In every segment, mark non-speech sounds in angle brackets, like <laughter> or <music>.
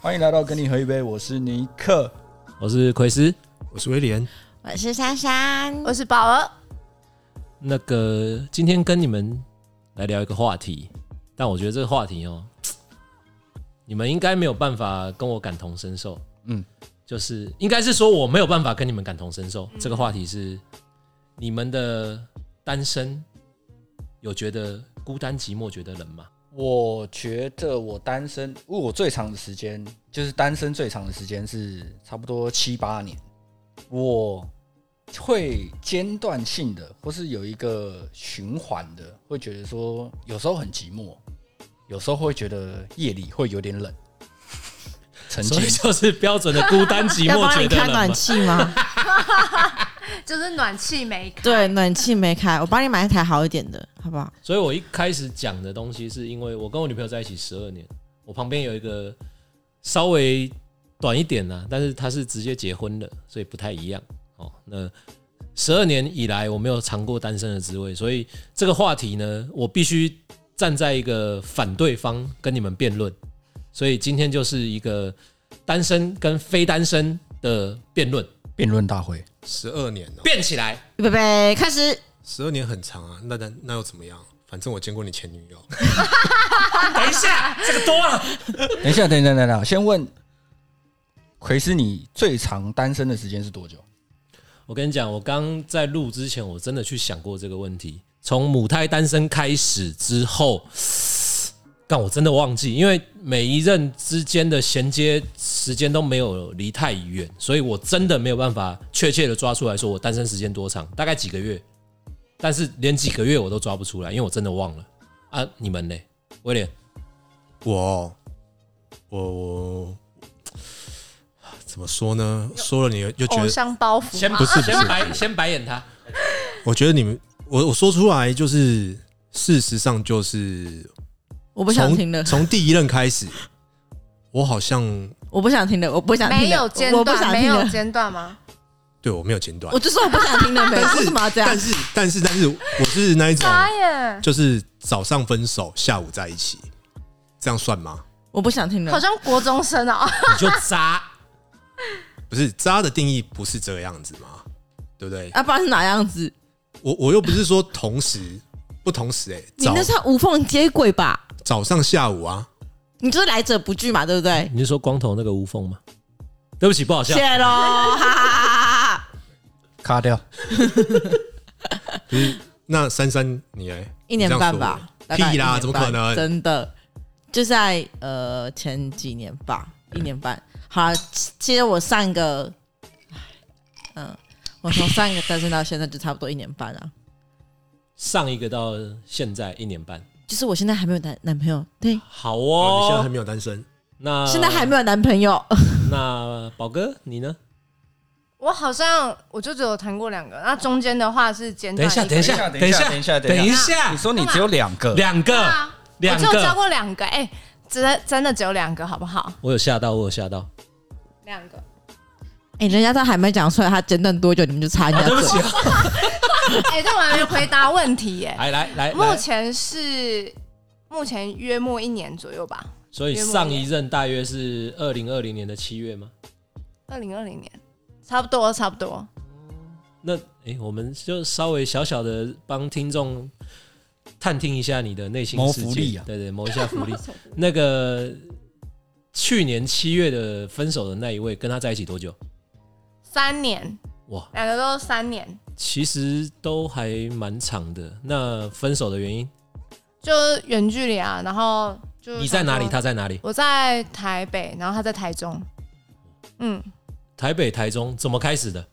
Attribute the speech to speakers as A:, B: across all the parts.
A: 欢迎来到跟你喝一杯，我是尼克。
B: 我是奎斯。
C: 我是威廉，
D: 我是珊珊，
E: 我是宝儿，
B: 那个今天跟你们来聊一个话题，但我觉得这个话题哦，你们应该没有办法跟我感同身受。
A: 嗯
B: 嗯，就是应该是说我没有办法跟你们感同身受。这个话题是你们的单身有觉得孤单寂寞觉得冷吗？
A: 我觉得我单身，因为我最长的时间就是单身最长的时间是差不多七八年。我会间断性的，或是有一个循环的，会觉得说有时候很寂寞，有时候会觉得夜里会有点冷。 <laughs> 曾
B: 所
A: 经
B: 以就是标准的孤单寂
D: 要
B: 寞
D: 帮
B: 觉
D: 你
B: 得
D: 开
B: 冷
D: 暖
B: 吗。
D: 气
B: <laughs>
D: 吗？
E: 就是暖气没开。
D: 对，暖气没开，我帮你买一台好一点的，好不好？
B: 所以我一开始讲的东西，是因为我跟我女朋友在一起十二年，我旁边有一个稍微短一点呢、但是她是直接结婚了，所以不太一样哦。那十二年以来，我没有尝过单身的滋味，所以这个话题呢，我必须站在一个反对方跟你们辩论。所以今天就是一个单身跟非单身的辩论，
A: 辩论大会，
C: 十二年哦、
B: 辩起来。
D: 预备，开始。
C: 十二年很长啊，那那那又怎么样？反正我见过你前女友，
B: 等一下，这个多啊了。
A: 等一下，等一下，等一下，先问奎斯，你最长单身的时间是多久？
B: 我跟你讲，我刚在录之前，我真的去想过这个问题。从母胎单身开始之后， <sniffs> 但我真的忘记，因为每一任之间的衔接时间都没有离太远，所以我真的没有办法确切的抓出来说我单身时间多长，大概几个月，但是连几个月我都抓不出来，因为我真的忘了啊！你们呢，威廉？
C: 我哦我我怎么说呢？说了你又又觉
E: 偶
C: 得，
E: 像包袱
B: 先
E: 嘛
B: 不是，
C: 不
B: 先
C: 是
B: 白先白眼他。
C: 我觉得你们我我说出来就是，事实上就是
D: 我不
C: 从
D: 想听了，
C: 从第一任开始，我好像
D: 我不想听了，我不想听了，
E: 没有间
D: 我不
E: 断，
D: 想
E: 没
D: 听
E: 有
D: 了，
E: 间断吗？
C: 对我没有间断
D: 我，就说我不想听了，没
C: 但
D: 为
C: 是
D: 什么要这样
C: 但？是但是但是我是那一种，
E: 傻眼，
C: 就是早上分手，下午在一起，这样算吗？
D: 我不想听
B: 嗯
D: 了
E: 好，像国中生哦，
B: 你就渣，
C: 不是渣的定义不是这样子吗？对不对？
D: 啊，不然是哪样子？
C: 我我又不是说同时不同时哎、
D: 你那
C: 早
D: 算无缝接轨吧？
C: 早上下午啊，
D: 你就是来者不拒嘛，对不对？
B: 你是说光头那个无缝吗？对不起，不嗯好笑
D: 谢。喽，哈哈哈哈！
A: 卡掉。
C: 那珊珊你哎、
D: 一年半吧
C: 你，
D: 大概
C: 这样说我屁
D: 一
C: 啦，
D: 年
C: 怎么
D: 半
C: 可能？
D: 真的，就在呃前几年吧，
C: 嗯
D: 一年半。好啊，其其实我上一个，唉嗯，我从上一个单身到现在就差不多一年半了、
B: 上一个到现在一年半，
D: 就是我现在还没有男男朋友，对，
B: 好
C: 哦，你现在
B: 哦
C: 还。没有单身，
B: 那
C: 呃
D: 现
B: <laughs>
D: 在还没有男朋友。 <laughs>
B: 那宝哥你呢？
E: <laughs> 我好像我就只有谈过两个，那中间的话是间
B: <laughs> 等
E: 断。
B: 一下，等一下，等一下，
A: 等一下等一下
B: 等一下
A: 你，说你只有两个，
B: 两
E: 对
B: 个，
E: 啊，我
B: 两
E: 就交
B: 个，
E: 过两个，哎，真真的只有两个，好不好？
B: 我有吓到，我有吓到。
E: 两个，
D: 哎、人家都还没讲出来他间断多久，你们就插人家
C: 啊
B: 对
D: 嘴。
B: 不起，
E: 哎，但我还没回答问题耶。
B: 来 <laughs> 来来，
E: 目
B: 来
E: 前是目前约莫一年左右吧，
B: 所以上一任大约是二零二零年的七月吗？
E: 二零二零年，差不多，差不多。
B: 那诶，我们就稍微小小的帮听众探听一下你的内心
A: 谋
B: 世
A: 福
B: 界
A: 利啊
B: 对对，谋一下福利。 <laughs> 那个去年七月的分手的那一位，跟他在一起多久？
E: 三年，
B: 哇，
E: 两个都三年，
B: 其实都还蛮长的。那分手的原因，
E: 就远距离啊，然后就
B: 你在哪里？
E: 想说
B: 他在哪里？
E: 我在台北，然后他在台中。嗯，
B: 台北、台中，怎么开始的？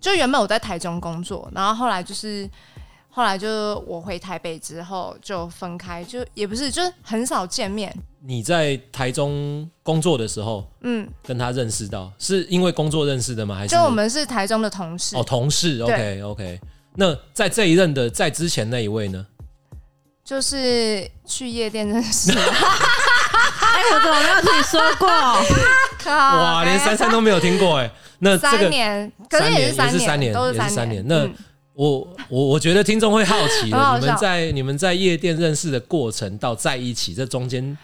E: 就原本我在台中工作，然后后来就是后来就我回台北之后就分开，就也不是就是很少见面。
B: 你在台中工作的时候
E: 嗯，
B: 跟他认识到，是因为工作认识的吗？还是
E: 就我们是台中的同事，
B: 哦同事？OK OK。那在这一任的在之前那一位呢？
E: 就是去夜店
B: <laughs>
E: 认识。
D: 哎、我怎么没有听你说过？ <laughs>
B: 哇，连珊珊都没有听
E: <laughs>
B: 过哎。那这
E: 哎三
B: 个
E: 年，可是也是
B: 三年也
E: 年，嗯
B: 是三年
E: 都
B: 也是三
E: 三
B: 年那我我我觉得听众会好奇
E: 很好
B: 了，
E: 笑
B: 你们在你们在夜店认识的过程到在一起，这中间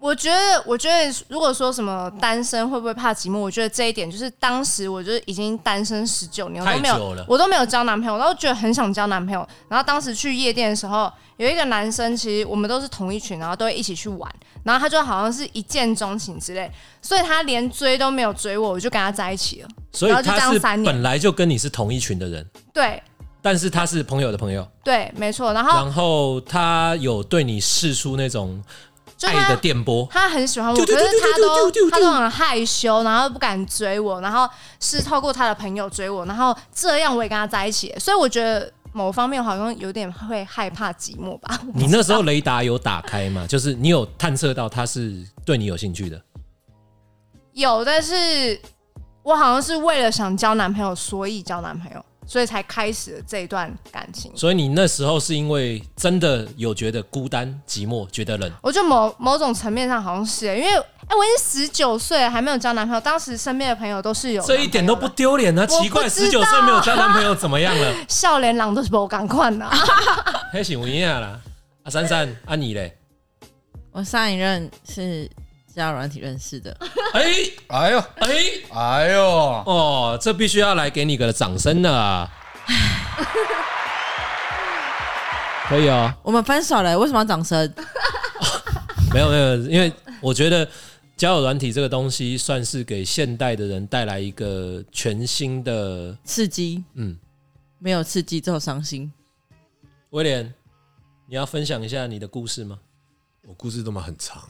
E: 我觉得，我觉得如果说什么单身会不会怕寂寞，我觉得这一点就是当时我就是已经单身十九年，我
B: 太
E: 都没有，
B: 久了，
E: 我都没有交男朋友，然后觉得很想交男朋友。然后当时去夜店的时候，有一个男生，其实我们都是同一群，然后都会一起去玩，然后他就好像是一见钟情之类，所以他连追都没有追我，我就跟他在一起了。
B: 所以
E: 然后就这
B: 他
E: 样
B: 是
E: 三年
B: 本来就跟你是同一群的人，
E: 对
B: 但是他是朋友的朋友，
E: 对，没错。然后
B: 然后他有对你释出那种
E: 就
B: 爱的
E: 他
B: 电波，
E: 他很喜欢我，
B: 丢
E: 可
B: 丢
E: 是
B: 丢丢
E: 他
B: 丢丢丢
E: 都他
B: 丢
E: 都很害羞，然后不敢追我，然后是透过他的朋友追我，然后这样我也跟他在一起，所以我觉得某方面好像有点会害怕寂寞吧。
B: 你那时候雷达有打开吗？就是你有探测到他是对你有兴趣的，
E: 有，但是我好像是为了想交男朋友，所以交男朋友，所以才开始了这一段感情。
B: 所以你那时候是因为真的有觉得孤单、寂寞、觉得冷，
E: 我觉得某某种层面上好像是、因为哎、我已经十九岁了，还没有交男朋友，当时身边的朋友都是有
B: 这一点都不丢脸啊！
E: 我不
B: 奇怪，十
E: 知道
B: 九岁没有交男朋友怎么样了？
E: 笑脸狼都是不敢看的、
B: 黑醒文亚啦，啊珊珊，啊你嘞？
D: 我上一任是交友软体认识的，
B: 哎
A: 哎呦，
B: 哎
A: 哎呦，
B: 哦，这必须要来给你个掌声了啊。 <sighs> 可以哦，
D: 我们分手了，为什么要掌声？
B: 没有没有，因为我觉得交友软体这个东西算是给现代的人带来一个全新的，
D: 刺激，
B: 嗯，
D: 没有刺激之后伤心。
B: 威廉，你要分享一下你的故事吗？
C: 我故事都蛮很长，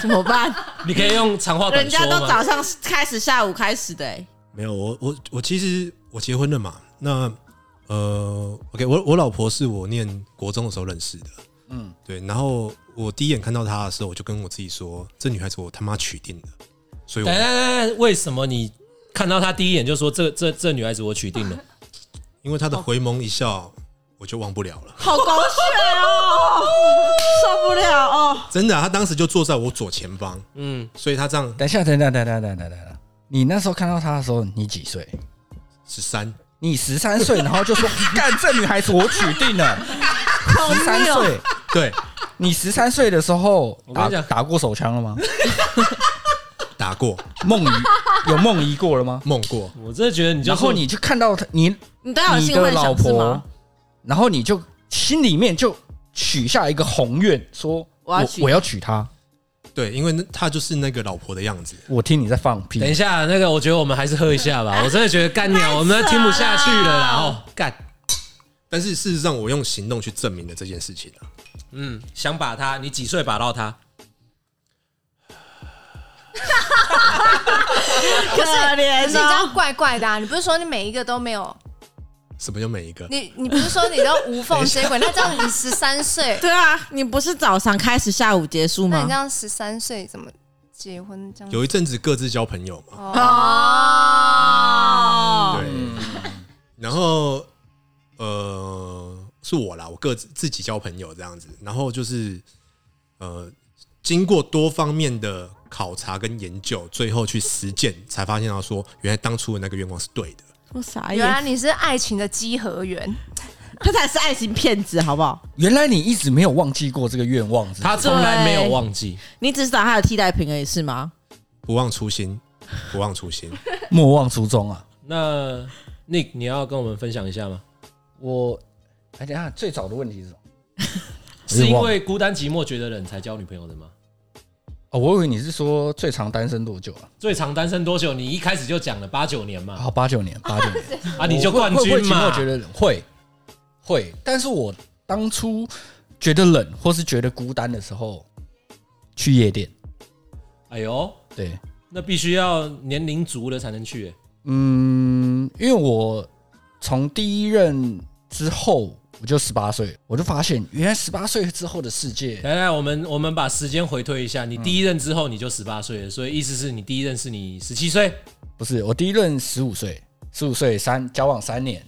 D: 怎么办？
B: 你可以用长话短
D: 人家
B: 说
D: 都
B: 吗？
D: 早上开始，下午开始的、欸，
C: 没有我我我其实我结婚了嘛，那呃，OK，我我老婆是我念国中的时候认识的，
A: 嗯，
C: 对，然后我第一眼看到她的时候，我就跟我自己说，这女孩子我他妈娶定了，所以
B: 等等
C: 我
B: 等等，为什么你看到她第一眼就说这这这女孩子我娶定了？
C: 因为她的回眸一笑，我就忘不了了。
D: 好狗血哦， <laughs> 受不了哦。
C: 真的啊、她当时就坐在我左前方，
B: 嗯，
C: 所以她这样
A: 等一下，等一下，等一下，等一下，等一下等一下，你那时候看到他的时候，你几岁？
C: 十三，
A: 你十三岁，然后就
B: <laughs>
A: 说干这女孩子我娶定了。十三岁，
C: 对，
A: 你十三岁的时候
B: 我跟
A: 打
B: 你讲
A: 打过手枪了吗？
C: 打过
A: 梦遗有梦遗过了吗？
C: 梦过，
B: 我真的觉得你就
A: 然后
B: 说
A: 你就看到他，你
D: 你都有
A: 你
D: 性
A: 的
D: 幻
A: 老
D: 想是
A: 婆
D: 吗？，
A: 然后你就心里面就许下一个宏愿，说
D: 我要
A: 我
D: 娶
A: 我要娶她。
C: 对，因为那她就是那个老婆的样子。
A: 我听你在放
B: 等一
A: 屁，
B: 下，那个我觉得我们还是喝一下吧。我真的觉得干鸟，我们听不下去了啦。哦，干，
C: 但是事实上，我用行动去证明了这件事情啊。
B: 嗯，想把他，你几岁把到他？
D: 可怜哦
E: 可是你这样怪怪的、啊，你不是说你每一个都没有， <laughs>
C: 什么叫每一个？
E: 你你不是说你都
B: <laughs>
E: 无缝接轨？那这样你十三岁，
D: 对啊，你不是早上开始，下午结束
E: 那你
D: 吗
E: 这？样十三岁怎么结婚？这样
C: 有一阵子各自交朋友嘛，
E: 哦，
D: 哦，
C: 对，
B: 嗯
C: 然后呃，是我啦，我各自自己交朋友这样子，然后就是呃，经过多方面的考察跟研究，最后去实践，才发现到说，原来当初的那个愿望是对的。
D: 我傻
E: 原来
D: 眼，
E: 你是爱情的稽核员，
D: 他才是爱情骗子，好不好？
A: 原来你一直没有忘记过这个愿望，是不是
B: 他从来没有忘记。
D: 你只是找他的替代品而已，是吗？
C: 不忘初心， <laughs> 不忘初心。
A: 莫忘初衷啊！
B: 那 Nick，你要跟我们分享一下吗？
A: 我哎，等一下最早的问题是什么？
B: 是因
A: 我哎忘
B: 为孤单寂寞觉得冷才交女朋友的吗？
A: 哦，我以为你是说最长单身多久啊？
B: 最长单身多久？你一开始就讲了八九年嘛，
A: 好，八九年，八九年。
B: 啊，你就冠
A: 我会
B: 军
A: 会不会寂
B: 嘛
A: 寞觉。得冷会会，但是我当初觉得冷或是觉得孤单的时候，去夜店，
B: 哎呦，
A: 对，
B: 那必须要年龄足了才能去、欸
A: 嗯，因为我从第一任之后，我就十八岁，我就发现原来十八岁之后的世界，
B: 来来，我们我们把时间回推一下，你第一任之后你就十八岁了，所以意思是你第一任是你十七岁，
A: 不是我第一任十五岁，十五岁三交往三年，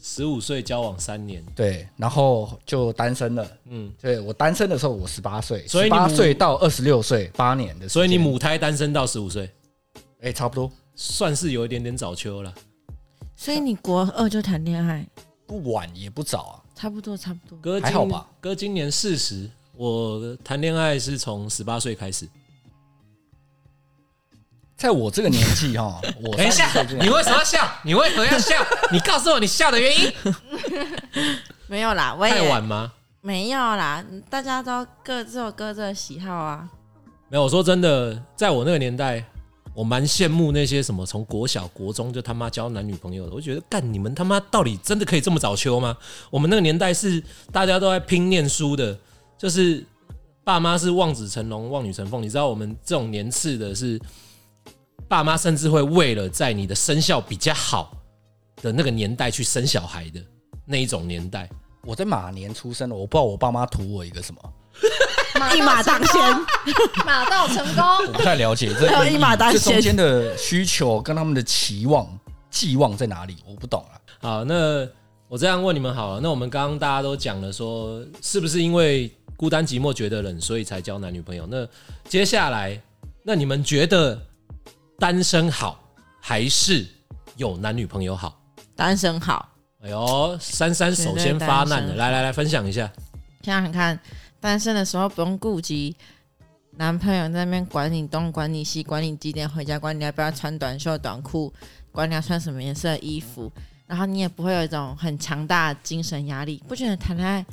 B: 十五岁交往三年，
A: 对，然后就单身了。
B: 嗯，
A: 对我单身的时候，我十八岁，
B: 所以
A: 十
B: 你母
A: 八岁到二十六岁，八年的时间，
B: 所以你母胎单身到十五岁，
A: 哎、差不多。
B: 算是有一点点早秋了。
D: 所以你国二就谈恋爱，
A: 不晚也不早啊，
D: 差不多差不多。
B: 哥今
A: 还好吧？
B: 哥今年四十，我谈恋爱是从十八岁开始。
A: 在我这个年纪哈，
B: <laughs>
A: 我
B: 等一下
A: 30岁这个，
B: 你为什么要笑？你为什么要笑？你告诉我你笑的原因。
D: 没有啦，我
B: 太晚
D: 也
B: 吗？
D: 没有啦，大家都各自有各自的喜好啊。
B: 没有，我说真的，在我那个年代，我蛮羡慕那些什么从国小、国中就他妈交男女朋友的。我觉得干你们他妈到底真的可以这么早秋吗？我们那个年代是大家都在拼念书的，就是爸妈是望子成龙、望女成凤。你知道我们这种年次的是，爸妈甚至会为了在你的生肖比较好的那个年代去生小孩的那一种年代。
A: 我在马年出生的，我不知道我爸妈图我一个什么，
E: 马
D: 一马当先，
E: <laughs> 马到成功
B: <laughs>
A: 我。不太了解这
D: <laughs> 还有一马当
A: 这
D: 先
A: 中间的需求跟他们的期望、寄望在哪里，我不懂啊。
B: 好，那我这样问你们好了。那我们刚刚大家都讲了说，是不是因为孤单寂寞觉得冷，所以才交男女朋友？那接下来，那你们觉得单身好还是有男女朋友好？
D: 单身好。
B: 哎呦，珊珊首先发难了，
D: 觉得单身
B: 来来来，分享一下。
D: 想想看，单身的时候不用顾及男朋友在那边管你东管你西，管你几点回家，管你要不要穿短袖短裤，管你要穿什么颜色的衣服，然后你也不会有一种很强大的精神压力。不觉得谈恋爱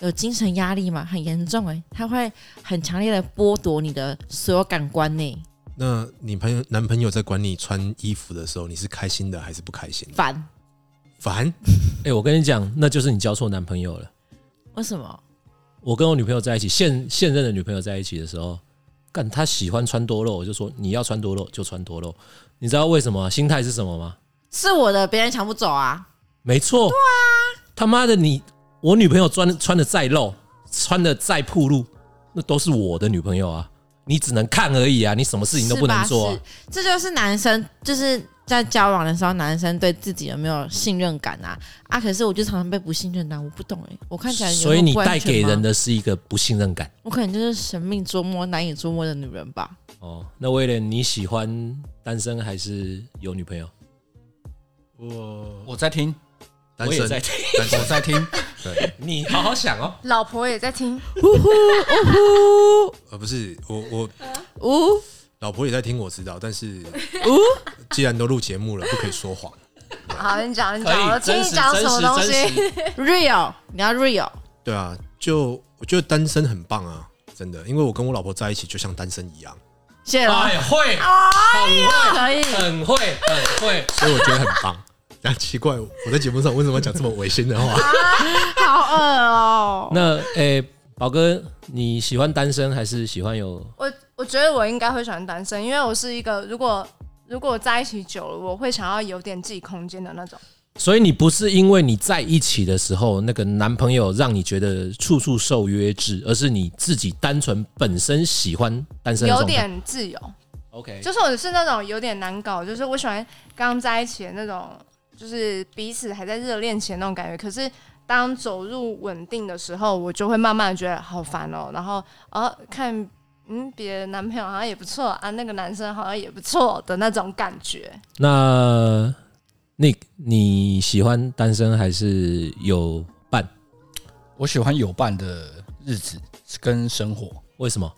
D: 有精神压力吗？很严重诶、它会很强烈的剥夺你的所有感官呢、
C: 那你朋友男朋友在管你穿衣服的时候，你是开心的还是不开心的？
D: 烦，
C: 烦，
B: 哎、我跟你讲，那就是你交错男朋友了。
D: 为什么？
B: 我跟我女朋友在一起，现现任的女朋友在一起的时候，干她喜欢穿多肉，我就说你要穿多肉就穿多肉。你知道为什么心态是什么吗？
D: 是我的，别人抢不走啊！
B: 没错，对啊，他妈的你，我女朋友穿穿的再露，穿的再暴露，那都是我的女朋友啊，你只能看而已啊，你什么事情都不能做、啊
D: 是。吧是这就是男生就是在交往的时候，男生对自己有没有信任感啊？啊，可是我就常常被不信任的啊、我不懂哎、我看起来有
B: 所以
D: 那么
B: 你
D: 不安
B: 带
D: 全
B: 给人
D: 吗，
B: 的是一个不信任感
D: 我可能就是神秘捉摸、难以捉摸的女人吧。
B: 哦。那威廉，你喜欢单身还是有女朋友？
C: 我
A: 我在听，
C: 单
B: 我也
C: 身，
B: 在听，
C: 单
A: 我
B: <laughs>
C: 身，
A: 在听，
C: 对，
B: 你好好想哦。
E: 老婆也在听，
C: 呃，不是我我
D: 呜、
C: 老婆也在听，我知道，但是既然都录节目了，不可以说谎。
E: 好，你讲，你
B: 可
E: 讲，我
B: 以，
E: 听
B: 哎真
E: 你
B: 实，
E: 讲什
B: 真
E: 么
B: 实，
E: 东
B: 真
E: 西。
B: 实。
D: r e a l 你要 real，
C: 对啊，就我觉得单身很棒啊，真的，因为我跟我老婆在一起就像单身一样，
D: 谢谢了，
B: 哎，会，哎
D: 可以。
B: 很会，很会，很会。
C: 所以我觉得很棒。 <laughs> 啊，奇怪，我在节目上为什么要讲这么违心的话？ <laughs>
D: 好饿哦，
B: 那诶，宝哥，你喜欢单身还是喜欢有？
E: 我我觉得我应该会喜欢单身，因为我是一个如果如果在一起久了，我会想要有点自己空间的那种。
B: 所以你不是因为你在一起的时候那个男朋友让你觉得处处受约制，而是你自己单纯本身喜欢单身的
E: 有
B: 状态
E: 点自由，
B: OK，
E: 就是我是那种有点难搞，就是我喜欢刚在一起的那种，就是彼此还在热恋前那种感觉。可是当走入稳定的时候，我就会慢慢地觉得好烦哦、然后哦，看嗯，别的男朋友好像也不错啊，那个男生好像也不错的那种感觉。
B: 那 Nick，你喜欢单身还是有伴？
A: 我喜欢有伴的日子跟生活。
B: 为什么？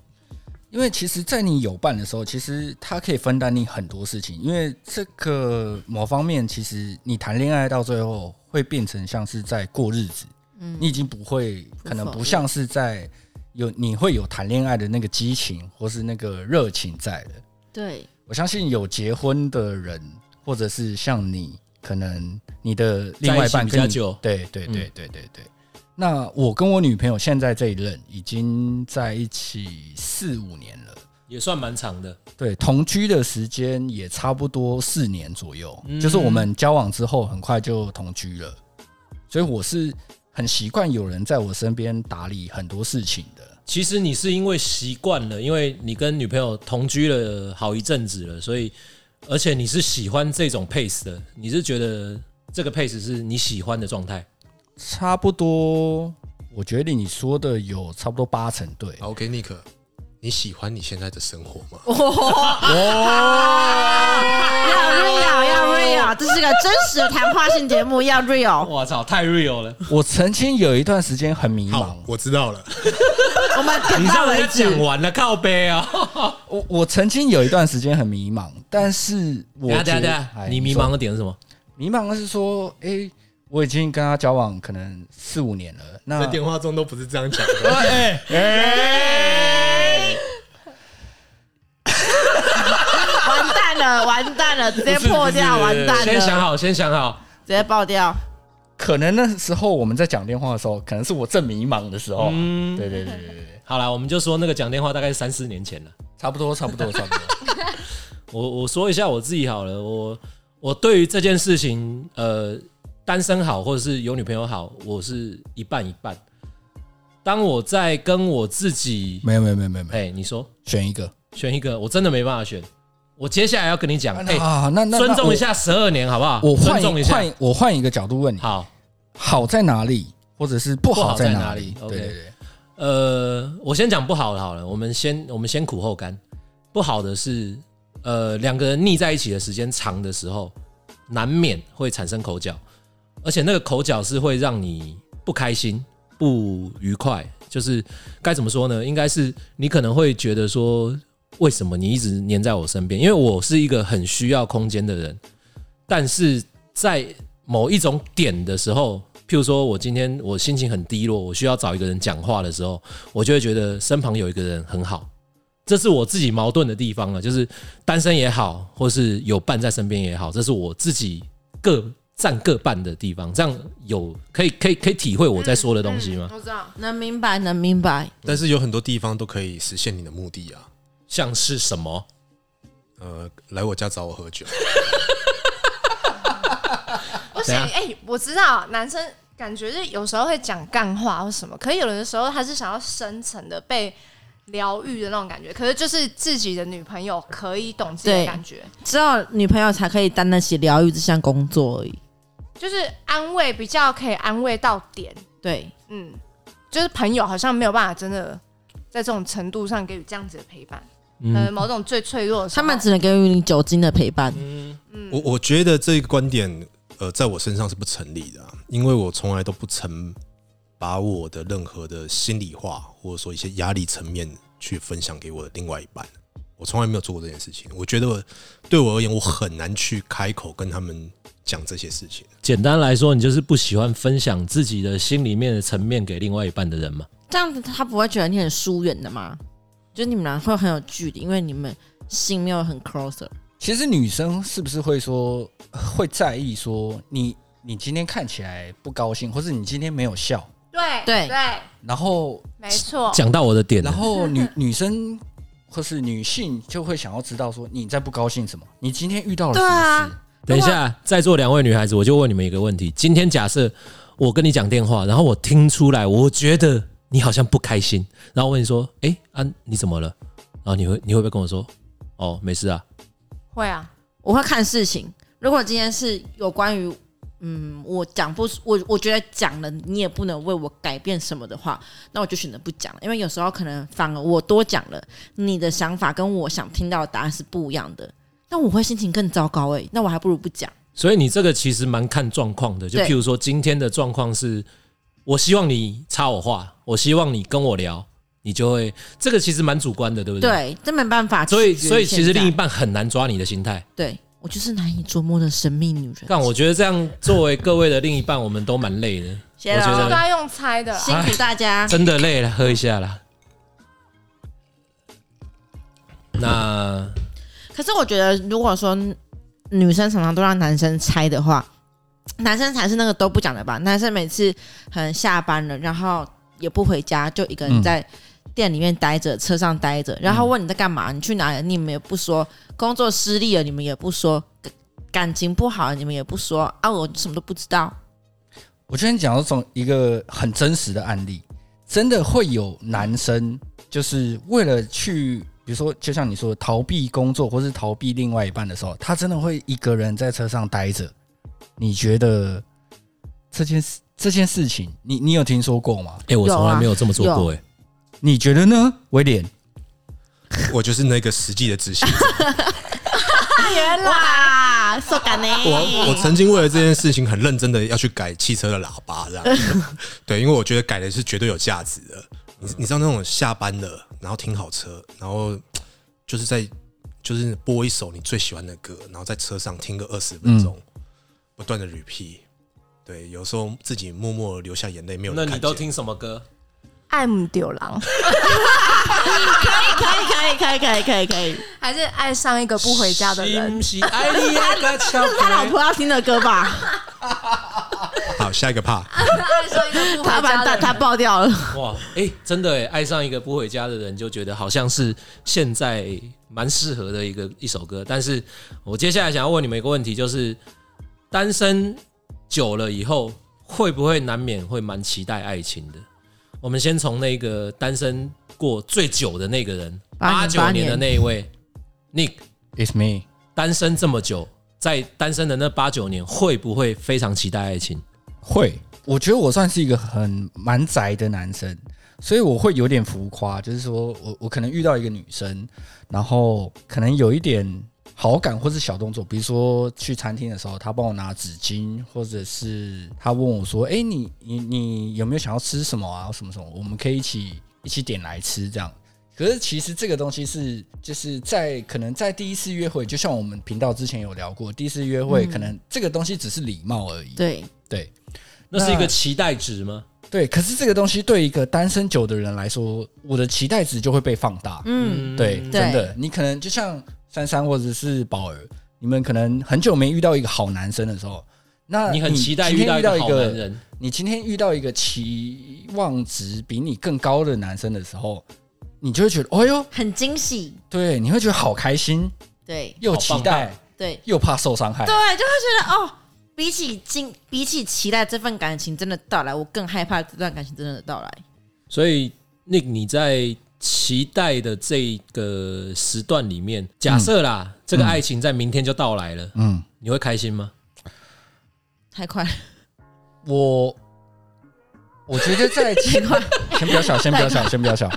A: 因为其实，在你有伴的时候，其实他可以分担你很多事情。因为这个某方面，其实你谈恋爱到最后会变成像是在过日子，
D: 嗯
A: 你已经不会，
D: 不
A: 可能
D: 否
A: 不
D: 认
A: 像是在有你会有谈恋爱的那个激情或是那个热情在了。
D: 对，
A: 我相信有结婚的人，或者是像你，可能你的另外一半跟
B: 在一起比较
A: 你
B: 久
A: 对对
B: 嗯
A: 对对对对。那我跟我女朋友现在这一任已经在一起四五年了。
B: 也算蛮长的，
A: 对，同居的时间也差不多四年左右，
B: 嗯
A: 就是我们交往之后很快就同居了，所以我是很习惯有人在我身边打理很多事情的。
B: 其实你是因为习惯了，因为你跟女朋友同居了好一阵子了，所以而且你是喜欢这种 pace 的，你是觉得这个 pace 是你喜欢的状态。
A: 差不多，我觉得你说的有差不多八成对。
C: 好，OK，Nick，、你你喜欢你现在的生活吗？
B: 哦
D: 要 real 要 real，这是个真实的谈话性节目，要 real。
B: 我操，太 real 了！
A: 我曾经有一段时间很迷茫
C: 好，，我知道了。
D: 我们
A: <laughs>
D: 点
B: 你
D: 到
B: 让人
D: 为
B: 家
D: 止。
B: 讲完了，靠背啊！
A: 我我曾经有一段时间很迷茫，但是我
B: 等一下
A: 觉得
B: 等一下等一下，
A: 哎
B: 你迷
A: 说
B: 茫的点是什么？
A: 迷茫的是说，哎、我已经跟他交往可能四五年了，那
C: 在电话中都不是这样讲的，
B: 哎哎，
D: 完蛋了，完蛋了，直接
B: 不是
D: 破掉，
B: 不
D: 完
B: 是
D: 蛋了，
B: 先想好，先想好。
D: 直接爆掉。
A: 可能那时候我们在讲电话的时候，可能是我正迷茫的时候，
B: 嗯，
A: 对对对对哦对，
B: 好了，我们就说那个讲电话大概是三四年前了。
A: 差不多差不多差不多，
B: 我我说一下我自己好了，我我对于这件事情，呃，单身好或者是有女朋友好，我是一半一半。当我在跟我自己，
A: 没有没有没有没有没有，
B: 哎、你说
A: 选一个，
B: 选一个，我真的没办法选。我接下来要跟你讲，
A: 啊
B: 哎、
A: 那啊，那那
B: 尊重一，下十二年好不好？
A: 那我我
B: 尊
A: 换
B: 重一
A: 一
B: 下，
A: 换我换一个角度问你，
B: 好。
A: 好在哪里，或者是不
B: 不好
A: 好
B: 在
A: 在
B: 哪
A: 里？
B: 里
A: 对
B: ，OK
A: 对对，
B: 呃，我先讲不好的好了，我们先我们先苦后甘。不好的是，呃，两个人腻在一起的时间长的时候，难免会产生口角，而且那个口角是会让你不开心、不愉快。就是该怎么说呢？应该是你可能会觉得说，为什么你一直黏在我身边？因为我是一个很需要空间的人，但是在某一种点的时候，譬如说我今天我心情很低落，我需要找一个人讲话的时候，我就会觉得身旁有一个人很好。这是我自己矛盾的地方了，啊就是单身也好，或是有伴在身边也好，这是我自己各占各半的地方。这样有可以可以可以体会我在说的东西吗？
E: 嗯我知道，
D: 能明白，能明白。
C: 但是有很多地方都可以实现你的目的啊。
B: 像是什么？
C: 呃，来我家找我喝酒，
E: 不行，
B: 等
E: 哎、我知道，男生感觉是有时候会讲干话或什么，可是有的时候他是想要深层的被疗愈的那种感觉，可是就是自己的女朋友可以懂自己的
D: 对
E: 感觉，
D: 只有女朋友才可以担得起疗愈这项工作而已。
E: 就是安慰比较可以安慰到点，
D: 对，
E: 嗯，就是朋友好像没有办法真的在这种程度上给予这样子的陪伴，
B: 嗯
E: 呃，某种最脆弱的时
D: 他
E: 候，
D: 们只能给予你酒精的陪伴。
C: 我我觉得这个观点，呃，在我身上是不成立的啊、因为我从来都不曾把我的任何的心里话，或者说一些压力层面去分享给我的另外一半，我从来没有做过这件事情。我觉得我对我而言，我很难去开口跟他们讲这些事情。
B: 简单来说，你就是不喜欢分享自己的心里面的层面给另外一半的人嘛？
D: 这样子他不会觉得你很疏远的吗？就你们俩会很有距离，因为你们心没有很 closer。
A: 其实女生是不是会说会在意说你你今天看起来不高兴，或是你今天没有笑，
E: 对
D: 对
E: 对，
A: 然后
E: 没错，
B: 讲到我的点了
A: 哦
B: 啊
A: 然，后女女生或是女性就会想要知道说你在不高兴什么，你今天遇到了什
D: 对啊
A: 么事？
B: 等一下，在座两位女孩子，我就问你们一个问题：今天假设我跟你讲电话，然后我听出来，我觉得你好像不开心，然后我问你说：“哎、啊，你怎么了？”然后你会你会不会跟我说：“哦，没事啊
E: 会啊，
D: 我会看事情。如果今天是有关于，嗯，我讲不出，我我觉得讲了你也不能为我改变什么的话，那我就选择不讲了。因为有时候可能反而我多讲了，你的想法跟我想听到的答案是不一样的，那我会心情更糟糕诶、那我还不如不讲。”。
B: 所以你这个其实蛮看状况的，就
D: 对
B: 譬如说今天的状况是，我希望你插我话，我希望你跟我聊，你就会这个其实蛮主观的，对不对？。
D: 对，这没办法取
B: 所以，
D: 决于
B: 所以其实
D: 现在
B: 另一半很难抓你的心态。
D: 对我就是难以捉摸的神秘女人。
B: <laughs> 但我觉得这样，作为各位的另一半，我们都蛮累的，
D: 谢
B: 我觉
E: 这
B: 得哎
E: 都要用猜的啦，
D: 辛苦大
B: <laughs>
D: 家。
B: 真的累了，喝一下啦。那
D: 可是我觉得，如果说女生常常都让男生猜的话，男生才是那个都不讲的吧？男生每次可能下班了，然后也不回家，就一个人
A: 嗯
D: 在店里面待着，车上待着，然后
B: 嗯
D: 问你在干嘛，你去哪里，你们也不说，工作失利了，你们也不说。感感情不好，你们也不说啊，我什么都不知道。
A: 我今天讲到从一个很真实的案例，真的会有男生就是为了去，比如说就像你说的逃避工作或是逃避另外一半的时候，他真的会一个人在车上待着。你觉得这件事这件事情，你你有听说过吗？
B: 啊哎、我从来没有这么做过哎、
A: 你觉得呢，威廉？
C: 我就是那个实际的执行者。
E: 原来
D: 哇，受感呢！
B: 哎
C: 我我曾经为了这件事情很认真的要去改汽车的喇叭，这样
B: <laughs>
C: 对，因为我觉得改的是绝对有价值的。你你知道那种下班了，然后停好车，然后就是在就是播一首你最喜欢的歌，然后在车上听个二十分钟，不断的 repeat。对，有时候自己默默流下眼泪，没有人
B: 那你
C: 看
B: 都
C: 见
B: 听什么歌？
E: 爱慕丢狼，
D: 可以可以可以可以可以可以，
E: 还是爱上一个不回家的人？
B: 是不是爱你那个巧
E: <laughs>
D: 这是他老
B: 克力
D: 婆要听的歌吧？
C: 好下一个怕，
E: 爱上一个不
D: <laughs> 他
E: 回
D: 把
E: 家的
D: 他他
E: 人。
D: 爆掉了，
B: 哇，哎、真的哎、爱上一个不回家的人，就觉得好像是现在蛮适合的一个一首歌。但是我接下来想要问你们一个问题，就是单身久了以后，会不会难免会蛮期待爱情的？我们先从那个单身过最久的那个人，八
D: 八
B: 九
D: 年
B: 年的那一位 Nick，
A: It's me，
B: 单身这么久，在单身的那八九年，会不会非常期待爱情？
A: 会，我觉得我算是一个很蛮宅的男生，所以我会有点浮夸，就是说我我可能遇到一个女生，然后可能有一点好感或是小动作，比如说去餐厅的时候，她帮我拿纸巾，或者是她问我说：“哎、你你你有没有想要吃什么啊？什么什么？我们可以一起一起点来吃这样。”可是其实这个东西是，就是在可能在第一次约会，就像我们频道之前有聊过，第一次约会
D: 嗯
A: 可能这个东西只是礼貌而已。
D: 对，
A: 对，
B: 那是一个
A: 那
B: 期待值吗？
A: 对，可是这个东西对一个单身久的人来说，我的期待值就会被放大。
D: 嗯，
A: 对，
B: 嗯
A: 真的，你可能就像珊珊或者是宝儿，你们可能很久没遇到一个好男生的时候，那
B: 你很期待
A: 今
B: 嗯遇
A: 天
B: 到
A: 遇
B: 一个
A: 到
B: 好男人，
A: 你今天遇到一个期望值比你更高的男生的时候，你就会觉得，哎呦，
D: 很惊喜，
A: 对，你会觉得好开心，
D: 对
A: 又
B: 好
A: 期
B: 棒
A: 待，
D: 对
A: 又怕受伤害。
D: 对，就会觉得哦，比起惊，比起期待这份感情真的到来，我更害怕这段感情真的到来。
B: 所以 Nick 你在期待的这个时段里面，假设啦，这个爱情在明天就到来了，
A: 嗯，
B: 你会开心吗？
D: 太快了，
A: 我我觉得在期 <laughs> 先不要笑，先不要笑，先不要笑。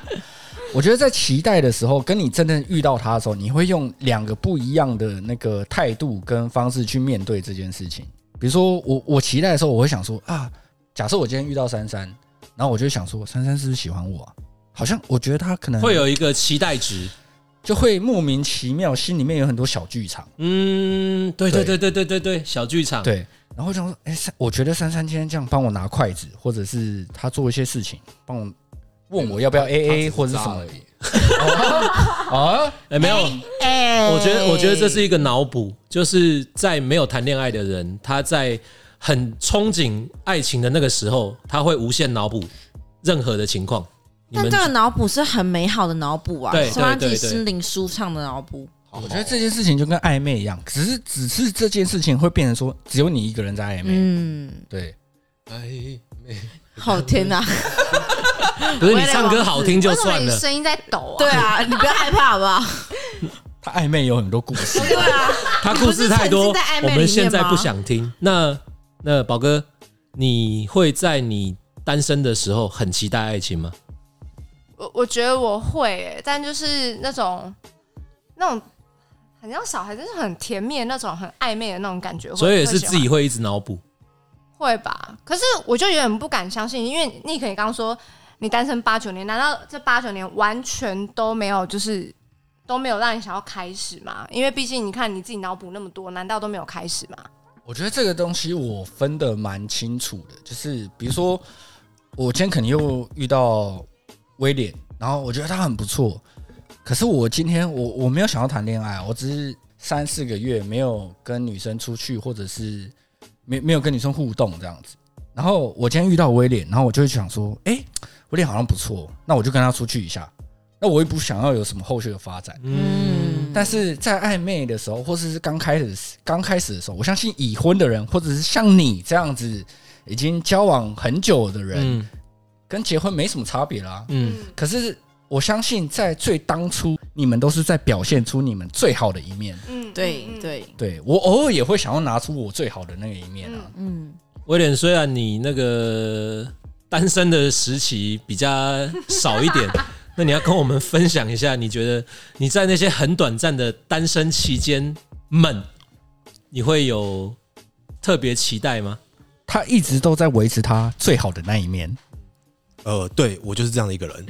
A: 我觉得在期待的时候，跟你真正遇到他的时候，你会用两个不一样的那个态度跟方式去面对这件事情。比如说，我我期待的时候，我会想说啊，假设我今天遇到珊珊，然后我就会想说，珊珊是不是喜欢我啊？好像我觉得她可能
B: 会有一个期待值。
A: 就会莫名其妙，心里面有很多小剧场。
B: 嗯，对对对
A: 对
B: 对对对对，小剧场。，
A: 对，然后我想说，哎、珊我觉得珊珊今天这样帮我拿筷子，或者是她做一些事情，帮我问我要不要 A A 或者是什么 <laughs>
C: 已。
A: 啊？
B: 哎，没有，
D: 哎、
B: 我觉得我觉得这是一个脑补，就是在没有谈恋爱的人，他在很憧憬爱情的那个时候，他会无限脑补任何的情况。你
D: 但
B: 们
D: 这个脑补是很美好的脑补啊，
B: 对
D: 是让自己
B: 对对对
D: 心灵舒畅的脑补。
A: 我觉得这件事情就跟暧昧一样，只是只是这件事情会变成说只有你一个人在暧昧。
D: 嗯，
A: 对，
C: 哎，
D: 好啊天
B: <laughs>
D: 哪、
B: 不是你唱歌好听就
E: 为什么
B: 算
E: 你
B: 了，
E: 声音在抖
D: 对
E: 啊？
D: 啊，你不要害怕好不好？
A: 他暧昧有很多故事。 <laughs>
D: 对啊，
B: 他故事太多
D: 你不是曾经在暧昧里
B: 我
D: 面吗
B: 们现在不想听。那那宝哥，你会在你单身的时候很期待爱情吗？
E: 我我觉得我会、欸，但就是那种那种很像小孩，就是很甜蜜的那种，很暧昧的那种感觉。会
B: 所以也
E: 会
B: 是
E: 喜欢
B: 自己会一直脑补。
E: 会吧？可是我就有点不敢相信，因为你可以刚刚说你单身八九年，难道这八九年完全都没有就是都没有让你想要开始吗？因为毕竟你看你自己脑补那么多，难道都没有开始吗？
A: 我觉得这个东西我分得蛮清楚的，就是比如说，我今天肯定又遇到威廉，然后我觉得他很不错，可是我今天我我没有想要谈恋爱，我只是三四个月没有跟女生出去，或者是没没有跟女生互动这样子。然后我今天遇到威廉，然后我就会想说，哎、威廉好像不错，那我就跟他出去一下。那我也不想要有什么后续的发展，
D: 嗯，
A: 但是在暧昧的时候，或者是刚开始刚开始的时候，我相信已婚的人，或者是像你这样子已经交往很久的人，
B: 嗯
A: 跟结婚没什么差别啦。
B: 嗯，
A: 可是我相信，在最当初，你们都是在表现出你们最好的一面。
E: 嗯，嗯
D: 对，
E: 嗯
D: 对，
A: 对我偶尔也会想要拿出我最好的那个一面啊。
D: 嗯，
B: 威廉，虽
D: <laughs>
B: 然你那个单身的时期比较少一点，那你要跟我们分享一下，你觉得你在那些很短暂的单身期间们，你会有特别期待吗？
A: 他一直都在维持他最好的那一面。
C: 呃，对我就是这样的一个人。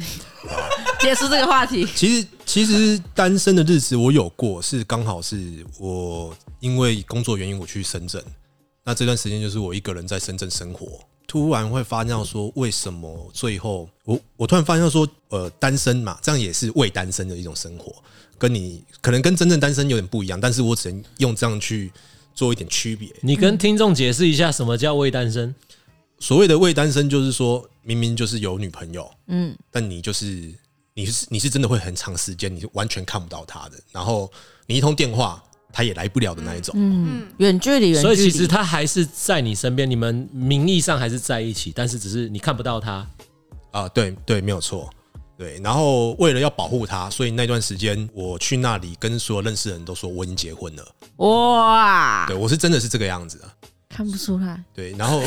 D: 结束这个话题。
C: 其实其实单身的日子我有过，是刚好是我因为工作原因我去深圳，那这段时间就是我一个人在深圳生活。突然会发现到说，为什么最后我我突然发现到说，呃，单身嘛，这样也是为单身的一种生活，跟你可能跟真正单身有点不一样，但是我只能用这样去做一点区别。
B: 你跟
D: 嗯
B: 听众解释一下什么叫未单身？
C: 所谓的未单身，就是说明明就是有女朋友，
D: 嗯，
C: 但你就是你是你是真的会很长时间，你是完全看不到他的，然后你一通电话他也来不了的那一种。
E: 嗯，
D: 远距离，远距
B: 所
D: 离。
B: 以其实他还是在你身边，你们名义上还是在一起，但是只是你看不到他。
C: 啊、对对，没有错。对，然后为了要保护他，所以那段时间我去那里跟所有认识的人都说我已经结婚了。
D: 哇，
C: 对我是真的是这个样子啊。
D: 看不出来，
C: 对，然后，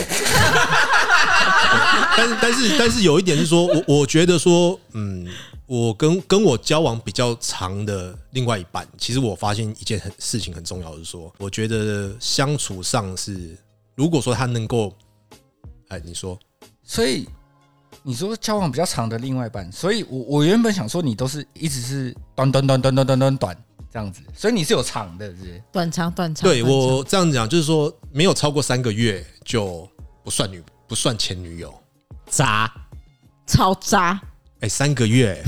C: 但是但是但是有一点是说，我我觉得说，嗯，我跟跟我交往比较长的另外一半，其实我发现一件很事情很重要，就是说，我觉得相处上是，如果说他能够，哎，你说，
A: 所以你说交往比较长的另外一半，所以我我原本想说你都是一直是短短短短短短短短这样子，所以你是有长的，是不是？
D: 短长短长。
C: 对
D: 短长
C: 我这样讲，就是说，没有超过三个月就不算女，不算前女友。
B: 渣，
D: <laughs> 超渣。
C: 哎，三个月，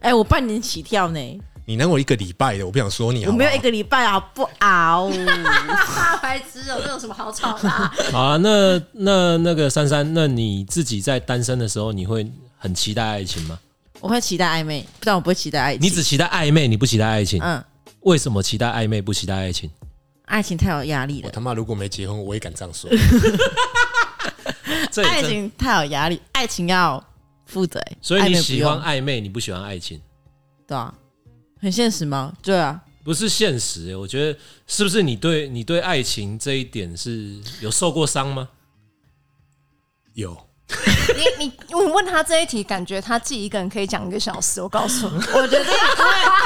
D: 哎、我半年起跳呢，
C: 你难我一个礼拜的，我不想说你好
D: 我
C: 不
D: 没
C: 好，
D: 有一个礼拜啊，不熬。
E: 大白痴哦，这有什么好吵
D: <laughs>
E: 的、啊？
B: 好啊，那那那个珊珊，那你自己在单身的时候，你会很期待爱情吗？
D: 我会期待暧昧，不然我不会期待爱情。
B: 你只期待暧昧，你不期待爱情？
D: 嗯，
B: 为什么期待暧昧不期待爱情？
D: 爱情太有压力
C: 我
D: 了，
C: 他妈如果没结婚，我也敢这
D: <laughs>
C: 样说。
B: 这也
D: 爱
B: 真，
D: 情太有压力，爱情要负责、欸。
B: 所以
D: 暧
B: 你
D: 昧不
B: 喜欢
D: 用
B: 暧昧，你不喜欢爱情，
D: 对啊，很现实吗？对啊，
B: 不是现实、我觉得是不是你对你对爱情这一点是有受过伤吗？
C: 有，
E: 你你你问他这一题，感觉他自己一个人可以讲一个小时。我告诉你，
D: <laughs> 我觉得因为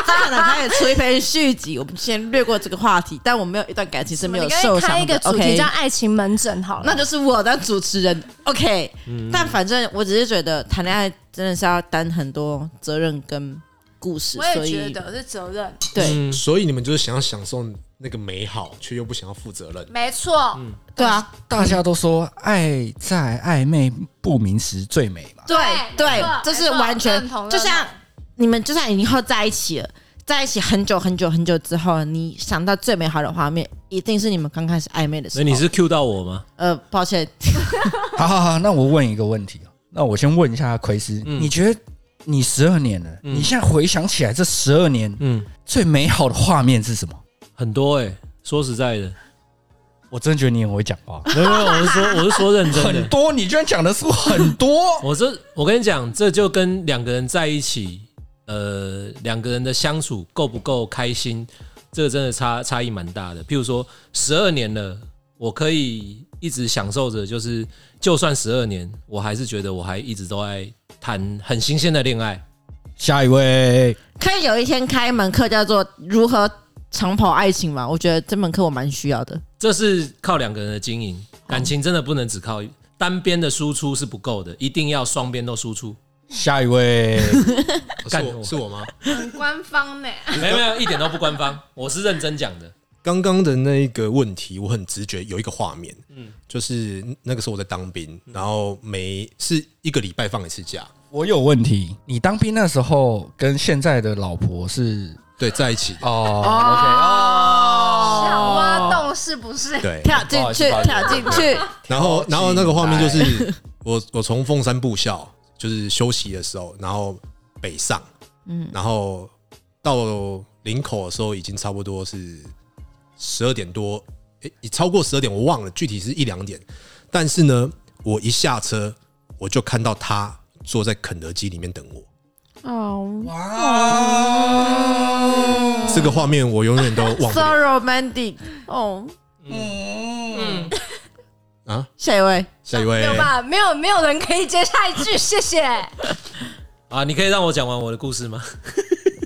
D: 渣男他也出一篇续集，我们先略过这个话题。但我没有一段感情是没有
E: 你可以
D: 受伤的。
E: 开一个主
D: OK
E: 题叫“爱情门诊”好了。
D: 那就是我当主持人，OK、但
A: 嗯
D: 反正我只是觉得谈恋爱真的是要担很多责任跟故事，
E: 我
D: 所
E: 也觉
D: 以
E: 得是责任，
D: 对、
B: 嗯
C: 所以你们就是想要享受那个美好，却又不想要负责
E: <laughs>
C: 任。
E: 没错。
D: 对啊，
A: 大家都说爱在暧昧不明时最美嘛，
D: 对对
E: 没错，
D: 这是
E: 没错
D: 完全
E: 认同认同
D: 就像你们就算以后在一起了，在一起很久很久很久之后，你想到最美好的画面，一定是你们刚开始暧昧的时
B: 那
D: 候。
B: 你是 Q 到我吗？
D: 呃，抱歉，
A: <laughs> 好好好，那我问一个问题哦，那我先问一下奎斯，
B: 嗯
A: 你觉得你十二年了，你现在回想起来这十二年
B: 嗯，
A: 最美好的画面是什么？
B: 很多哎、说实在
D: <laughs>
B: 的，
A: 我真的觉得你很会讲
B: <laughs>
A: 话，
B: 没有没有，我是说我是说认真的。
A: 很，多，你居然讲的是很多
B: <laughs> 我这我跟你讲，这就跟两个人在一起，呃，两个人的相处够不够开心，这个真的差差异蛮大的。譬如说，十二年了，我可以一直享受着，就是就算十二年，我还是觉得我还一直都在谈很新鲜的恋爱。
A: 下一位，
D: 可以有一天开一门课叫做如何长跑爱情嘛？我觉得这门课我蛮需要的。
B: 这是靠两个人的经营，感情真的不能只靠单边的输出是不够的，一定要双边都输出。
A: 下一位， <laughs>
C: 是
B: 干
C: 我
B: 我
C: 是我吗？
E: 很官方呢、
B: 没有没有，一点都不官方，我是认真讲的。
C: 刚刚的那一个问题，我很直觉有一个画面，嗯，就是那个时候我在当兵，然后每是一个礼拜放一次假，
A: 我有问题。你当兵那时候跟现在的老婆是
C: 对，在一起，
A: 哦，OK
E: 想
A: 哦，
E: 挖洞是不是？
C: 对，
D: 跳进
A: 不好意思
D: 去
A: 不好，意思
D: 跳进去，
C: 然后然后那个画面就
A: 调
C: 是我 <laughs> 我从凤山部校就是休息的时候，然后北上，嗯，然后到林口的时候已经差不多是十二点多，诶、超过十二点我忘了具体是一两点，但是呢，我一下车我就看到他坐在肯德基里面等我，
D: 哦
A: 哇，
C: 这个画面我永远都忘不
D: ，so
C: 了
D: romantic 哦。
A: 嗯，
C: 啊！
D: 下一位，
C: 下一位
E: 没有，吧？没有没有人可以接下一句，谢谢。
B: 啊，你可以让我讲完我的故事吗？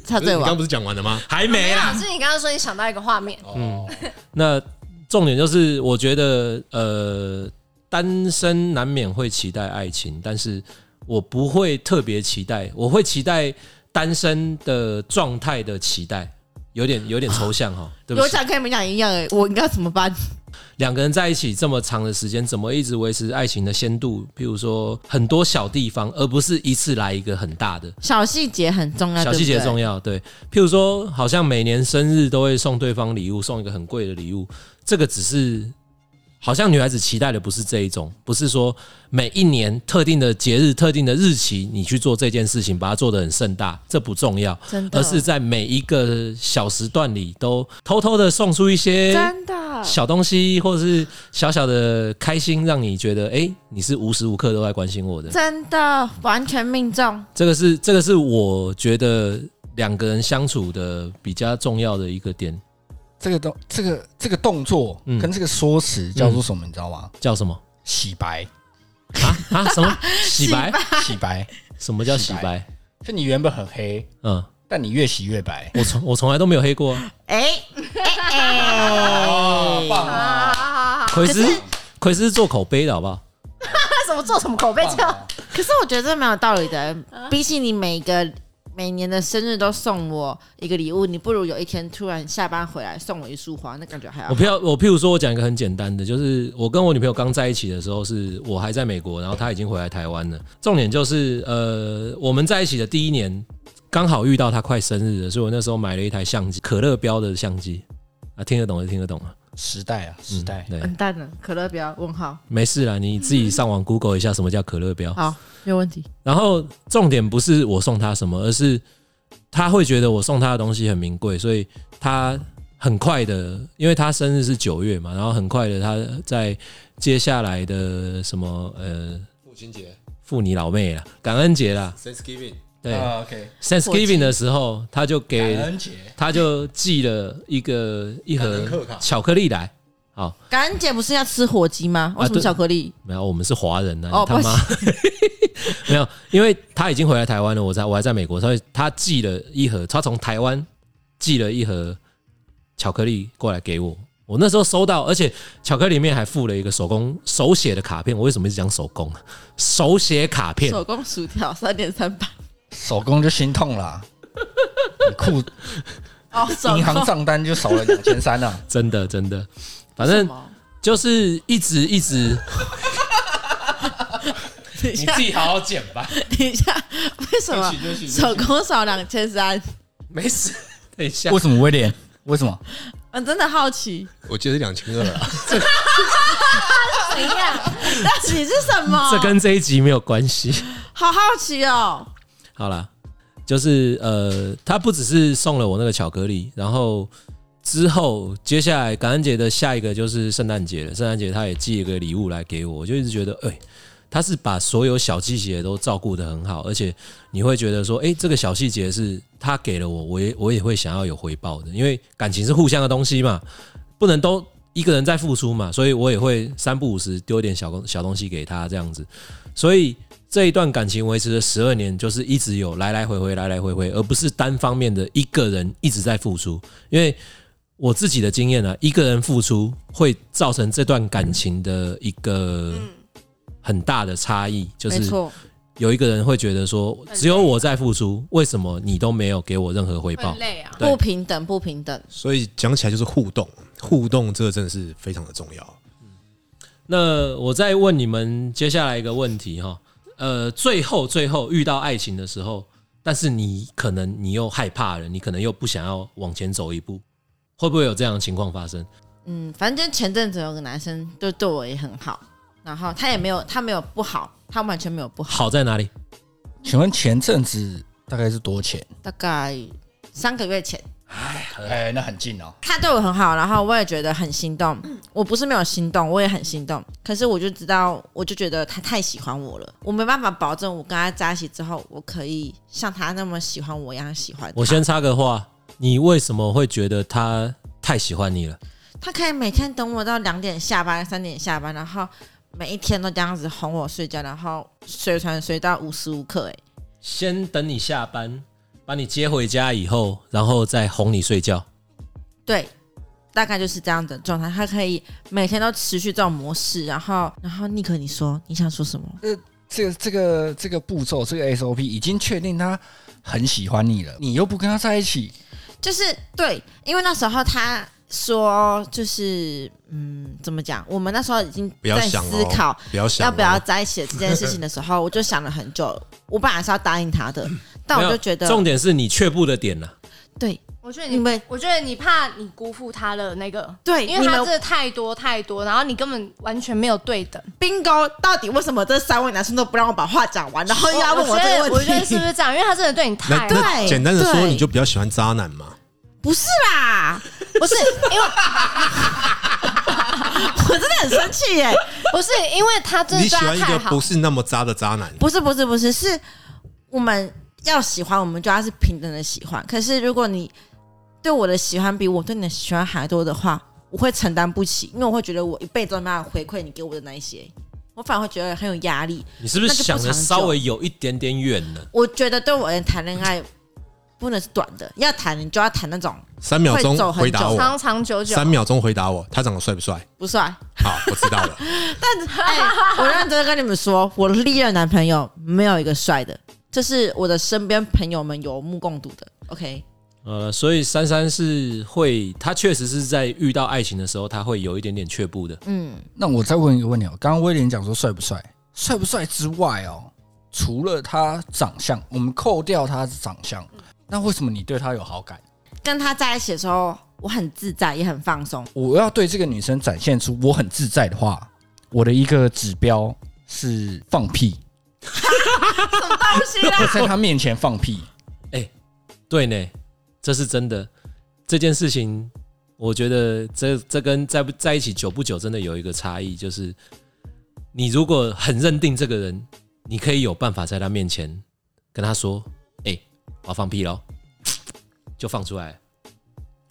D: 插
C: 你
B: 嗯
D: 嘴
C: 刚
D: 王
C: 不是讲完了吗？
B: 还没啦
E: 有，是你刚刚说你想到一个画面，
A: 哦，
B: 那重点就是，我觉得呃，单身难免会期待爱情，但是我不会特别期待，我会期待单身的状态的期待，有点有点抽象哈、对不
D: 啊有
B: 起。
D: 讲跟你们讲一样哎，我应该怎么办？
B: 两个人在一起这么长的时间，怎么一直维持爱情的鲜度？譬如说很多小地方，而不是一次来一个很大的。
D: 小细节很重要，
B: 小细节重
D: 要。
B: 要，对。譬如说，好像每年生日都会送对方礼物，送一个很贵的礼物，这个只是好像女孩子期待的不是这一种，不是说每一年特定的节日、特定的日期你去做这件事情，把它做得很盛大，这不重要，
D: 真的
B: 而是在每一个小时段里都偷偷的送出一些
D: 真的
B: 小东西，或者是小小的开心，让你觉得哎、诶你是无时无刻都在关心我的。
D: 真的完全命中，
B: 这个是这个是我觉得两个人相处的比较重要的一个点，
A: 这个动这个这个动作
B: 嗯
A: 跟这个说辞叫做什么？你知道吗？
B: 叫什么 <laughs>
A: 洗白，
B: 啊啊？什么洗白？
A: 洗白， <laughs>
B: 什么叫洗
A: 洗白
B: 白？
A: 就你原本很黑，
B: 嗯，
A: 但你越洗越白。
B: 我从我从来都没有黑过啊，
D: 哎哎哎，
A: 棒啊！
E: 啊，
B: 奎斯奎斯是做口碑的好不好？
E: 那什么做什么口碑
A: 棒
E: 叫
A: 啊
D: 可是我觉得这没有道理的，欸比起你每个每年的生日都送我一个礼物，你不如有一天突然下班回来送我一束花，那感觉还
B: 我
D: 好。
B: 譬如我譬如说我讲一个很简单的，就是我跟我女朋友刚在一起的时候，是我还在美国，然后她已经回来台湾了。重点就是呃，我们在一起的第一年刚好遇到她快生日了，所以我那时候买了一台相机，可乐标的相机啊，听得懂就听得懂啊，
A: 时代啊，时
B: 嗯
A: 代，
B: 对。
D: 完蛋了，可乐标问号，
B: 没事啦，你自己上网 Google 一下什么叫可乐标。
D: 好，没有问题。
B: 然后重点不是我送他什么，而是他会觉得我送他的东西很名贵，所以他很快的，因为他生日是九月嘛，然后很快的他在接下来的什么呃，
C: 父亲节
B: 妇女老妹啦，感恩节啦，
C: Thanksgiving，
B: 对、
A: 啊，OK，
B: Thanksgiving 的时候，他就
A: 感
B: 给
A: 恩节
B: 他就寄了一个一
C: 感恩
B: 盒
C: 贺卡
B: 巧克力来。好，
D: 感恩节不是要吃火鸡吗？为什
B: 啊
D: 么
B: 对
D: 巧克力？
B: 没有，我们是华人呢、
D: 哦
B: 你他妈 <laughs> 没有，因为他已经回来台湾了，我在我还在美国，所以他寄了一盒，他从台湾寄了一盒巧克力过来给我。我那时候收到，而且巧克力里面还附了一个手工手写的卡片。我为什么一直讲手工啊？手写卡片，
D: 手工薯条三点三八
A: 手工就心痛啦，你库
B: <laughs>
D: 哦，手
A: 银行
D: 工
A: 账单就少了两千三啊。
B: <laughs> 真的真的，反
D: 什
B: 正
D: 么？
B: 就是一直一直， <laughs>
D: 等一下，
B: 好好剪吧，
D: 等一下，为什么
C: 对不起对不起
D: 手工少两千三？
B: 没事。 <laughs> 等一下
A: 为，什么威廉？为什么？
D: 我嗯真的好奇，
C: 我记得是两千二啊。
E: 怎样？
D: 那你是什么？ <laughs>
B: 这跟这一集没有关系。
D: 好好奇哦。
B: 好啦，就是呃，他不只是送了我那个巧克力，然后之后接下来感恩节的下一个就是圣诞节了，圣诞节他也寄一个礼物来给我，我就一直觉得，哎、他是把所有小细节都照顾得很好，而且你会觉得说，哎、这个小细节是他给了我，我也我也会想要有回报的，因为感情是互相的东西嘛，不能都一个人在付出嘛，所以我也会三不五时丢点小东小东西给他这样子，所以这一段感情维持了十二年，就是一直有来来回回，来来回回，而不是单方面的一个人一直在付出。因为我自己的经验呢、啊，一个人付出会造成这段感情的一个很大的差异，就是
D: 嗯没错，
B: 有一个人会觉得说，
E: 累
B: 只有我在付出，为什么你都没有给我任何回报
E: 会？累啊，
B: 对
D: 不平等，不平等。
C: 所以讲起来就是互动，互动这个真的是非常的重要。
B: 那我再问你们接下来一个问题哈，呃，最后最后遇到爱情的时候，但是你可能你又害怕了，你可能又不想要往前走一步，会不会有这样的情况发生？
D: 嗯，反正前阵子有个男生就对我也很好，然后他也没有，他没有不好，他完全没有不好，
B: 好在哪里？
A: 请问前阵子大概是多钱？
D: 大概三个月前。
A: 哎，那很近哦。
D: 他对我很好，然后我也觉得很心动。我不是没有心动，我也很心动。可是我就知道，我就觉得他太喜欢我了，我没办法保证我跟他在一起之后，我可以像他那么喜欢我一样喜欢他
B: 我先插个话，你为什么会觉得他太喜欢你了？
D: 他可以每天等我到两点下班、三点下班，然后每一天都这样子哄我睡觉，然后随传随到无时无刻、欸。
B: 先等你下班，把你接回家以后，然后再哄你睡觉。
D: 对，大概就是这样的状态。他可以每天都持续这种模式，然后，然后尼克，你说你想说什么？
A: 这个这个这个步骤，这个 SOP 已经确定他很喜欢你了，你又不跟他在一起，
D: 就是对，因为那时候他说，就是嗯，怎么讲？我们那时候已经
C: 不要
D: 在
C: 想
D: 思
C: 哦
D: 考
C: 不要想、哦
D: 要不要？在一起的这件事情的时候，我就想了很久。我本来是要答应他
C: <laughs>
D: 的，但我
B: 没有
D: 就觉得
B: 重点是你却步的点啊了、
D: 对
E: 我觉得
D: 你们
E: 我觉得你怕你辜负他了那个，
D: 对，
E: 因为
D: 你
E: 他
D: 们
E: 真的太多太多，然后你根本完全没有对等。
D: bingo 到底为什么这三位男生都不让我把话讲完，然后又要问
E: 我觉
D: 这
E: 得
D: 个
E: 我觉
D: 问
E: 得
D: 题
E: 是不？是这样？因为他真的对你
C: 那
E: 太好
C: 那
D: 对
C: 简单的说，
D: 对
C: 你就比较喜欢渣男嘛？
D: 不是啦，
E: 不是因为
D: <laughs> 我真的很生气耶！
E: 不是因为他真的
C: 你喜
E: 对他
C: 欢一个
E: 太好
C: 不，是那么渣的渣男，
D: 不是不是不是，是我们要喜欢，我们就要是平等的喜欢。可是如果你对我的喜欢比我对你的喜欢还多的话，我会承担不起，因为我会觉得我一辈子都没办法回馈你给我的那一些，我反而会觉得很有压力。
B: 你是不是
D: 那就不
B: 想的
D: 长久
B: 稍微有一点点远了？
D: 我觉得对我而言谈恋爱不能是短的，要谈你就要谈那种
C: 三秒钟
D: 会走很
C: 回答
D: 久
C: 我，
E: 长长久久
C: 三。秒钟回答我，他长得帅不帅？
D: 不帅。
C: 好，我知道了。 <laughs>
D: 哎、我认真的跟你们说，我历任男朋友没有一个帅的，这是我的身边朋友们有目共睹的。OK，
B: 呃，所以珊珊是会，她确实是在遇到爱情的时候，她会有一点点却步的。
D: 嗯，
A: 那我再问一个问题哦，刚刚威廉讲说帅不帅，帅不帅之外哦，除了他长相，我们扣掉他长相，那为什么你对他有好感？
D: 跟他在一起的时候，我很自在，也很放松。
A: 我要对这个女生展现出我很自在的话，我的一个指标是放屁，
D: 东西
A: 我在她面前放屁，
B: 对呢，这是真的。这件事情，我觉得这这跟在不在一起久不久真的有一个差异，就是你如果很认定这个人，你可以有办法在他面前跟他说：“哎、我要放屁喽！”就放出来。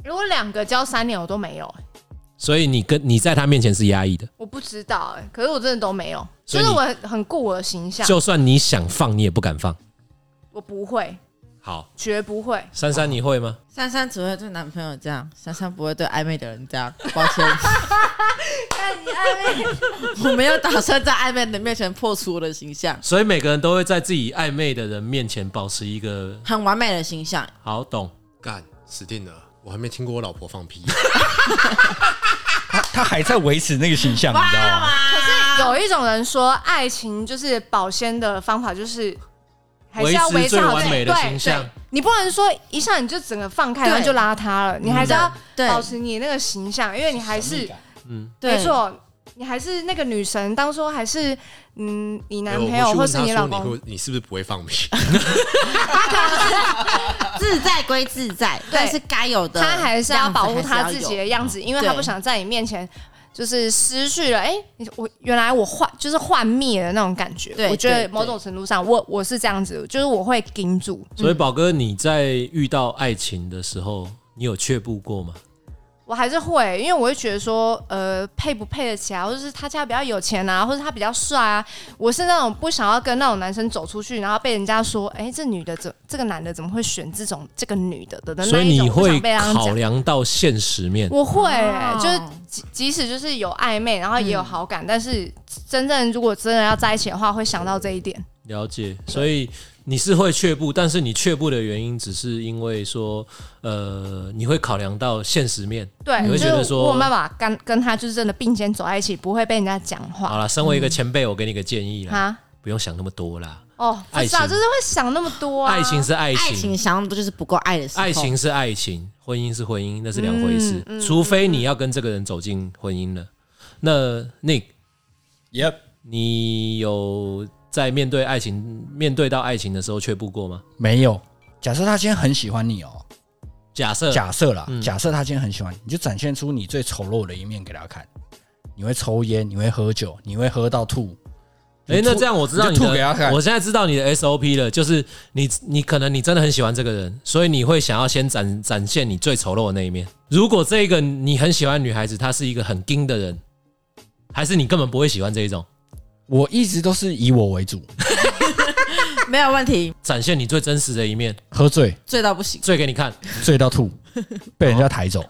E: 如果两个交三年我都没有，欸
B: 所以你跟你在他面前是压抑的，
E: 我不知道哎，可是我真的都没有，
B: 所
E: 就
B: 以
E: 是
B: 你
E: 我很很顾我的形象，
B: 就算你想放，你也不敢放。
E: 我不会，
B: 好，
E: 绝不会。
B: 珊珊，你会吗？
D: 珊珊只会对男朋友这样，珊珊不会对暧昧的人这样。抱歉， <laughs>
E: 看你暧昧，
D: 我没有打算在暧昧的面前破除我的形象，
B: 所以每个人都会在自己暧昧的人面前保持一个
D: 很完美的形象。
B: 好懂。
C: 干，死定了！我还没听过我老婆放屁。
A: 她她还在维持那个形象，你知道吗？
E: 可
D: 啊
E: 是有一种人说，爱情就是保鲜的方法，就是还是要
B: 维
E: 维
B: 持
E: 持
B: 最
E: 好
B: 完
E: 自己
B: 美的形象。
E: 对嗯对你不能说一下你就整个放开，
D: 对
E: 然后就邋遢了，你还是要
D: 对
E: 保持你那个形象，因为你还是
B: 嗯，
D: 对
E: 没，错，你还是那个女神，当初还是嗯，你男
C: 哎我
E: 朋
C: 回
E: 友
C: 去
E: 或
C: 问
E: 是
C: 他
E: 你老
C: 说
E: 公，
C: 会你是不是不会放屁？ <laughs>
D: 自在归自在，但是该有的
E: 他还是要保护
D: 样子还
E: 他
D: 是
E: 自
D: 要有
E: 己的样子，因为他
D: 对
E: 不想在你面前。就是失去了，哎、你我原来我幻就是幻灭的那种感觉。
D: 对
E: 我觉得
D: 对
E: 某种程度上，我我是这样子，就是我会盯住，
B: 所以宝哥，你在遇到爱情的时候，你有却步过吗？
E: 我还是会，因为我会觉得说，呃，配不配得起来，或者是他家比较有钱啊，或者他比较帅啊，我是那种不想要跟那种男生走出去，然后被人家说，哎、这女的怎，这个男的怎么会选这种这个女的的的
B: 所
E: 那
B: 以你
E: 一种，不
B: 会
E: 想被他
B: 考
E: 讲。
B: 量到现实面，
E: 我会、
D: 哦
E: 就是即即使就是有暧昧，然后也有好感，但是真正如果真的要在一起的话，会想到这一点。
B: 了解。所以你是会却步，但是你却步的原因只是因为说，呃，你会考量到现实面。
E: 对
B: 你，会
E: 嗯就
B: 觉得
E: 是
B: 说
E: 我有办法跟跟他就是真的并肩走在一起，不会被人家讲
B: 好
E: 话
B: 啦，身为一个前辈，我给你个建议啦，
E: 啊。
B: 不用想那么多啦。
E: 哦，不知道，
B: 爱情
E: 就是会想那么多、啊。
B: 爱情是爱
D: 爱
B: 情
D: 情，想那么多就是不够爱的时候，
B: 爱情是爱情，婚姻是婚姻，那是两回事。
E: 嗯嗯
B: 除非你要跟这个人走进婚姻了。那 Nick，
A: Yep，
B: 你有在面对爱情、面对到爱情的时候却步过吗？
A: 没有。假设他今天很喜欢你哦，
B: 假设
A: 假设啦，
B: 嗯
A: 假设他今天很喜欢你，你就展现出你最丑陋的一面给他看。你会抽烟，你会喝酒，你会喝到吐。
B: 哎、
A: 你吐
B: 那这样我知道
A: 你
B: 你
A: 就吐给他
B: 的，
A: 看
B: 我现在知道你的 SOP 了，就是你你可能你真的很喜欢这个人，所以你会想要先展展现你最丑陋的那一面。如果这个你很喜欢的女孩子，她是一个很硬的人，还是你根本不会喜欢这一种？
A: 我一直都是以我为主，
D: 没有问题，
B: 展现你最真实的一面，
A: 喝醉
D: 醉到不行。
B: 醉给你看
A: 醉到
B: <laughs>
A: 吐，被人家抬走。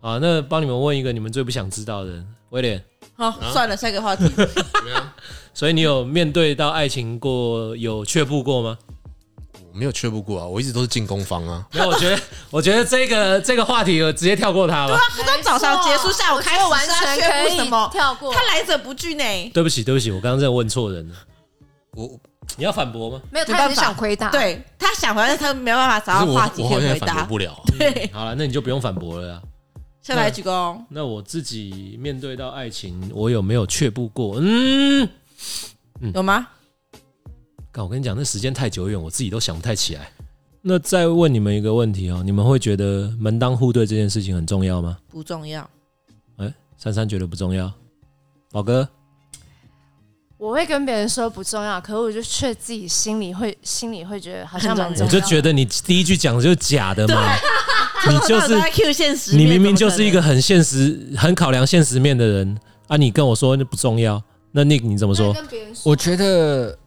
B: 啊！那帮你们问一个你们最不想知道的，威廉。
D: 好，
C: 啊
D: 算了，下一个
C: <laughs>
D: 话题。
C: 怎么样？
B: 所以你有面对到爱情过，有却步过吗？
C: 我没有缺不过啊，我一直都是进攻方啊。
B: 没有，我觉得， <laughs> 我觉得这个这个话题，我直接跳过它吧。
D: 他到早上结束，下午开始
E: 完全
D: 是要宣
E: 可
D: 布什
E: 以
D: 么？
E: 跳过
D: 他。来者不拒呢。
B: 对不起，对不起，我刚刚真的问错人了。
C: 我
B: 你要反驳吗？
E: 没有，
D: 没
E: 他
D: 办
E: 很
D: 法
E: 想回答。，
D: 对他想回答，但他没有办法
C: 可
D: 找
C: 是
D: 到
C: 我
D: 话题
C: 我
D: 可
C: 好像
D: 以
C: 也
D: 回
C: 反驳
D: 答。
C: 不了啊。
D: 对，
B: 好了，那你就不用反驳了啊。
D: 先来鞠躬。
B: 那我自己面对到爱情，我有没有却步过？嗯，
D: 有吗？
B: 干我跟你讲，那时间太久远，我自己都想不太起来。那再问你们一个问题哦，你们会觉得门当户对这件事情很重要吗？
D: 不重要。
B: 珊珊觉得不重要，宝哥，
E: 我会跟别人说不重要，可是我就却自己心里会心里会觉得好像蛮
D: 很重
E: 重
B: 我
E: 要
D: 要
E: 的。
B: 就觉得你第一句讲的就是假的嘛，
D: 啊
B: 你就
D: 从头
B: 是
D: 到尾都在 Q 现实面，
B: 你明明就是一
D: 怎么
B: 个很现实、很考量现实面的人啊，你跟我说那不重要，那 Nick 你怎么说？
E: 跟别人说，
A: 我觉得，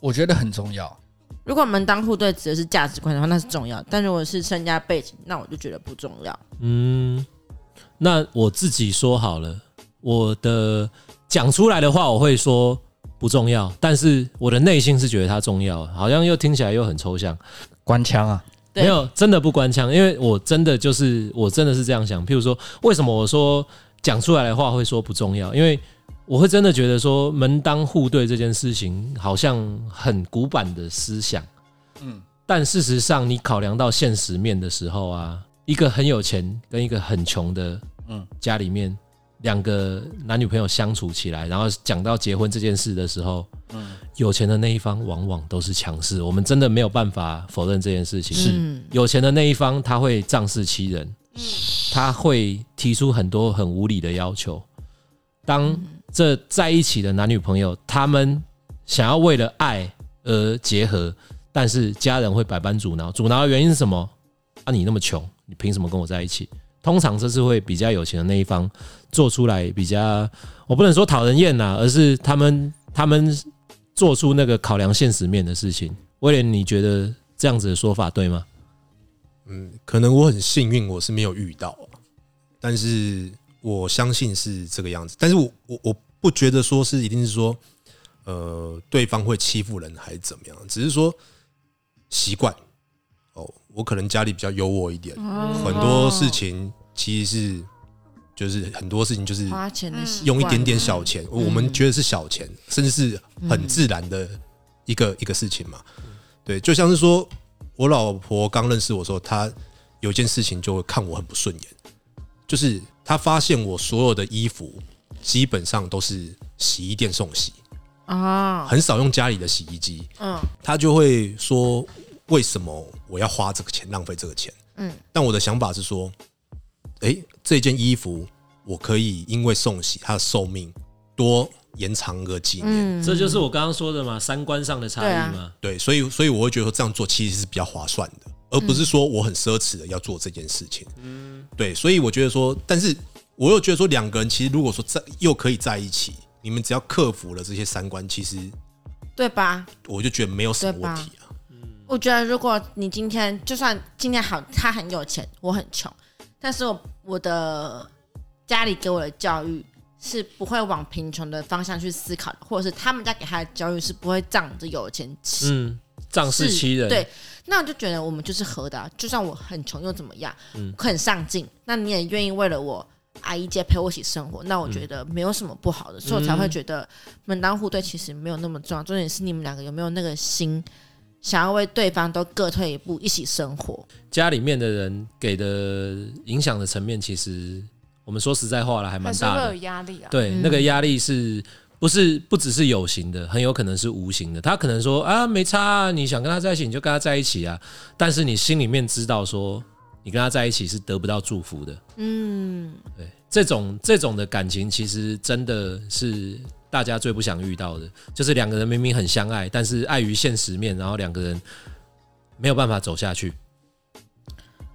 A: 我觉得很重要。
D: 可能。如果门当户对指的是价值观的话，那是重要；但如果是身家背景，那我就觉得不重要。
B: 嗯，那我自己说好了，我的讲出来的话我会说不重要，但是我的内心是觉得它重要，好像又听起来又很抽象。
A: 官腔啊，
D: 对
B: 没有，真的不关腔，因为我真的就是我真的是这样想。譬如说，为什么我说讲出来的话会说不重要？因为我会真的觉得说门当户对这件事情好像很古板的思想，嗯
A: 嗯，
B: 但事实上你考量到现实面的时候啊，一个很有钱跟一个很穷的，嗯
A: 嗯，
B: 家里面两个男女朋友相处起来，然后讲到结婚这件事的时候。
A: 嗯
B: 有钱的那一方往往都是强势，我们真的没有办法否认这件事情。
D: 嗯
B: 有钱的那一方他会仗势欺人，他会提出很多很无理的要求。当这在一起的男女朋友，他们想要为了爱而结合，但是家人会百般阻挠。阻挠的原因是什么？啊，你那么穷，你凭什么跟我在一起？通常这是会比较有钱的那一方做出来比较，我不能说讨人厌呐，而是他们他们做出那个考量现实面的事情。威廉，你觉得这样子的说法对吗？
C: 嗯，可能我很幸运，我是没有遇到啊，但是我相信是这个样子。但是我我我不觉得说是一定是说，呃，对方会欺负人还是怎么样，只是说习惯。哦，我可能家里比较优渥一点，很多事情其实是就是很多事情就是
D: 花钱的习惯嗯
C: 用一点点小钱，我们觉得是小钱，甚至是很自然的一个一个事情嘛。对，就像是说我老婆刚认识我的时候，她有一件事情就看我很不顺眼，就是她发现我所有的衣服基本上都是洗衣店送洗，
D: 啊，
C: 很少用家里的洗衣机。
D: 嗯
C: 他就会说为什么我要花这个钱，浪费这个钱？
D: 嗯
C: 嗯，但我的想法是说，诶，这件衣服我可以因为送洗它的寿命多延长个几年，
D: 嗯，
B: 这就是我刚刚说的嘛，三观上的差异
E: 啊
B: 嘛。
C: 对，所以所以我会觉得说这样做其实是比较划算的，而不
D: 嗯
C: 是说我很奢侈的要做这件事情。嗯，对，所以我觉得说，但是我又觉得说两个人其实如果说在又可以在一起，你们只要克服了这些三观，其实
D: 对吧？
C: 我就觉得没有什么
D: 对吧
C: 问题啊。
D: 我觉得如果你今天就算今天好，他很有钱，我很穷，但是我我的家里给我的教育是不会往贫穷的方向去思考的，或者是他们家给他的教育是不会仗着有钱吃。
B: 嗯，仗势欺人。
D: 对，那我就觉得我们就是合的啊、就算我很穷又怎么样？很上进，那你也愿意为了我阿姨姐陪我一起生活，那我觉得没有什么不好的，所以我才会觉得门当户对其实没有那么重要，重点是你们两个有没有那个心，想要为对方都各退一步，一起生活。
B: 家里面的人给的影响的层面，其实我们说实在话了，还
E: 还
B: 蛮
E: 是
B: 大
E: 会有
B: 的。
E: 压力啊。
B: 对，那个压力是不是不只是有形的，很有可能是无形的。他可能说啊，没差、啊，你想跟他在一起，你就跟他在一起啊。但是你心里面知道说，你跟他在一起是得不到祝福的。
D: 嗯，
B: 对，这种这种的感情，其实真的是大家最不想遇到的，就是两个人明明很相爱，但是碍于现实面，然后两个人没有办法走下去。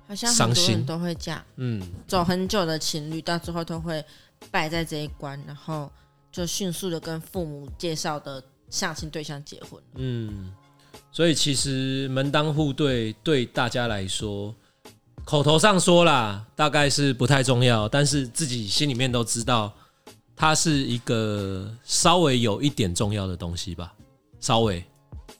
D: 好像
B: 伤
D: 很多
B: 心
D: 人都会这样，
B: 嗯，
D: 走很久的情侣到最后都会败在这一关，然后就迅速的跟父母介绍的相亲对象结婚。
B: 嗯，所以其实门当户对对大家来说，口头上说啦，大概是不太重要，但是自己心里面都知道，它是一个稍微有一点重要的东西吧，稍微，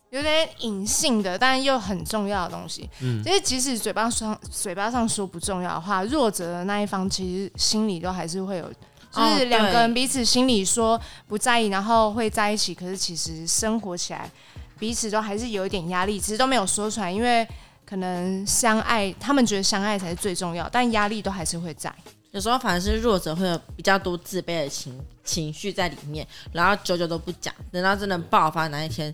E: 有点隐性的，但又很重要的东西。嗯，因为即使嘴巴上嘴巴上说不重要的话，弱者的那一方其实心里都还是会有，就
D: 哦
E: 是两个
D: 对
E: 人彼此心里说不在意，然后会在一起，可是其实生活起来彼此都还是有一点压力，只是都没有说出来，因为可能相爱，他们觉得相爱才是最重要，但压力都还是会在。
D: 有时候反而是弱者会有比较多自卑的情情绪在里面，然后久久都不讲，等到真的爆发那一天，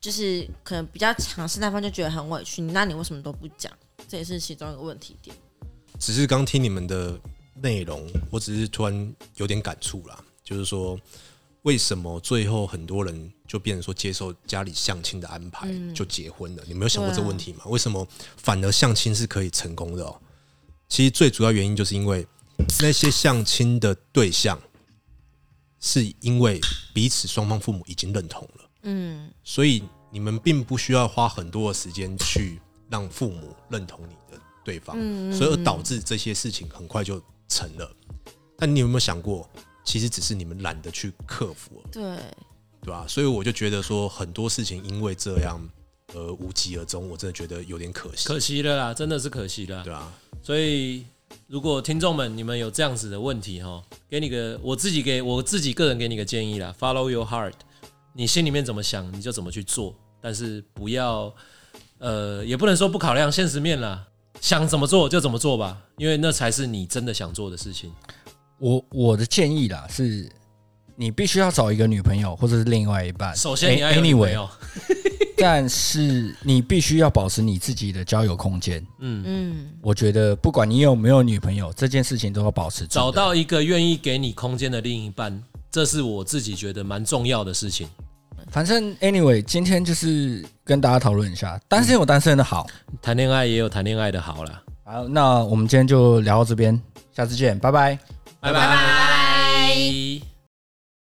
D: 就是可能比较强势那方就觉得很委屈，那你为什么都不讲？这也是其中一个问题点。
C: 只是刚听你们的内容，我只是突然有点感触啦，就是说为什么最后很多人就变成说接受家里相亲的安排、就结婚了？你没有想过这个问题吗？为什么反而相亲是可以成功的哦？其实最主要原因就是因为那些相亲的对象是因为彼此双方父母已经认同了。
D: 嗯，
C: 所以你们并不需要花很多的时间去让父母认同你的对方，所以而导致这些事情很快就成了。但你有没有想过，其实只是你们懒得去克服而已，
D: 对，
C: 对吧、所以我就觉得说，很多事情因为这样而无疾而终，我真的觉得有点可惜，
B: 可惜了啦，真的是可惜了。
C: 对啊，
B: 所以，如果听众们你们有这样子的问题哈，给你个我自己给我自己个人给你个建议啦，Follow your heart，你心里面怎么想你就怎么去做，但是不要呃，也不能说不考量现实面啦，想怎么做就怎么做吧，因为那才是你真的想做的事情。
A: 我我的建议啦是，你必须要找一个女朋友或者是另外一半。
C: 哎
B: 首先你要
A: a n
B: 有
A: y
B: 女
A: w
B: 朋
A: a y
B: 友，
A: 但是你必须要保持你自己的交友空间。
B: 嗯，
D: 嗯，
A: 我觉得不管你有没有女朋友，这件事情都要保持住的
B: 找到一个愿意给你空间的另一半，这是我自己觉得蛮重要的事情。
A: 反正 anyway，今天就是跟大家讨论一下，单身有单身的好。
B: 谈恋爱也有谈恋爱的好啦，
A: 好，那我们今天就聊到这边，下次见，拜拜。
B: 拜拜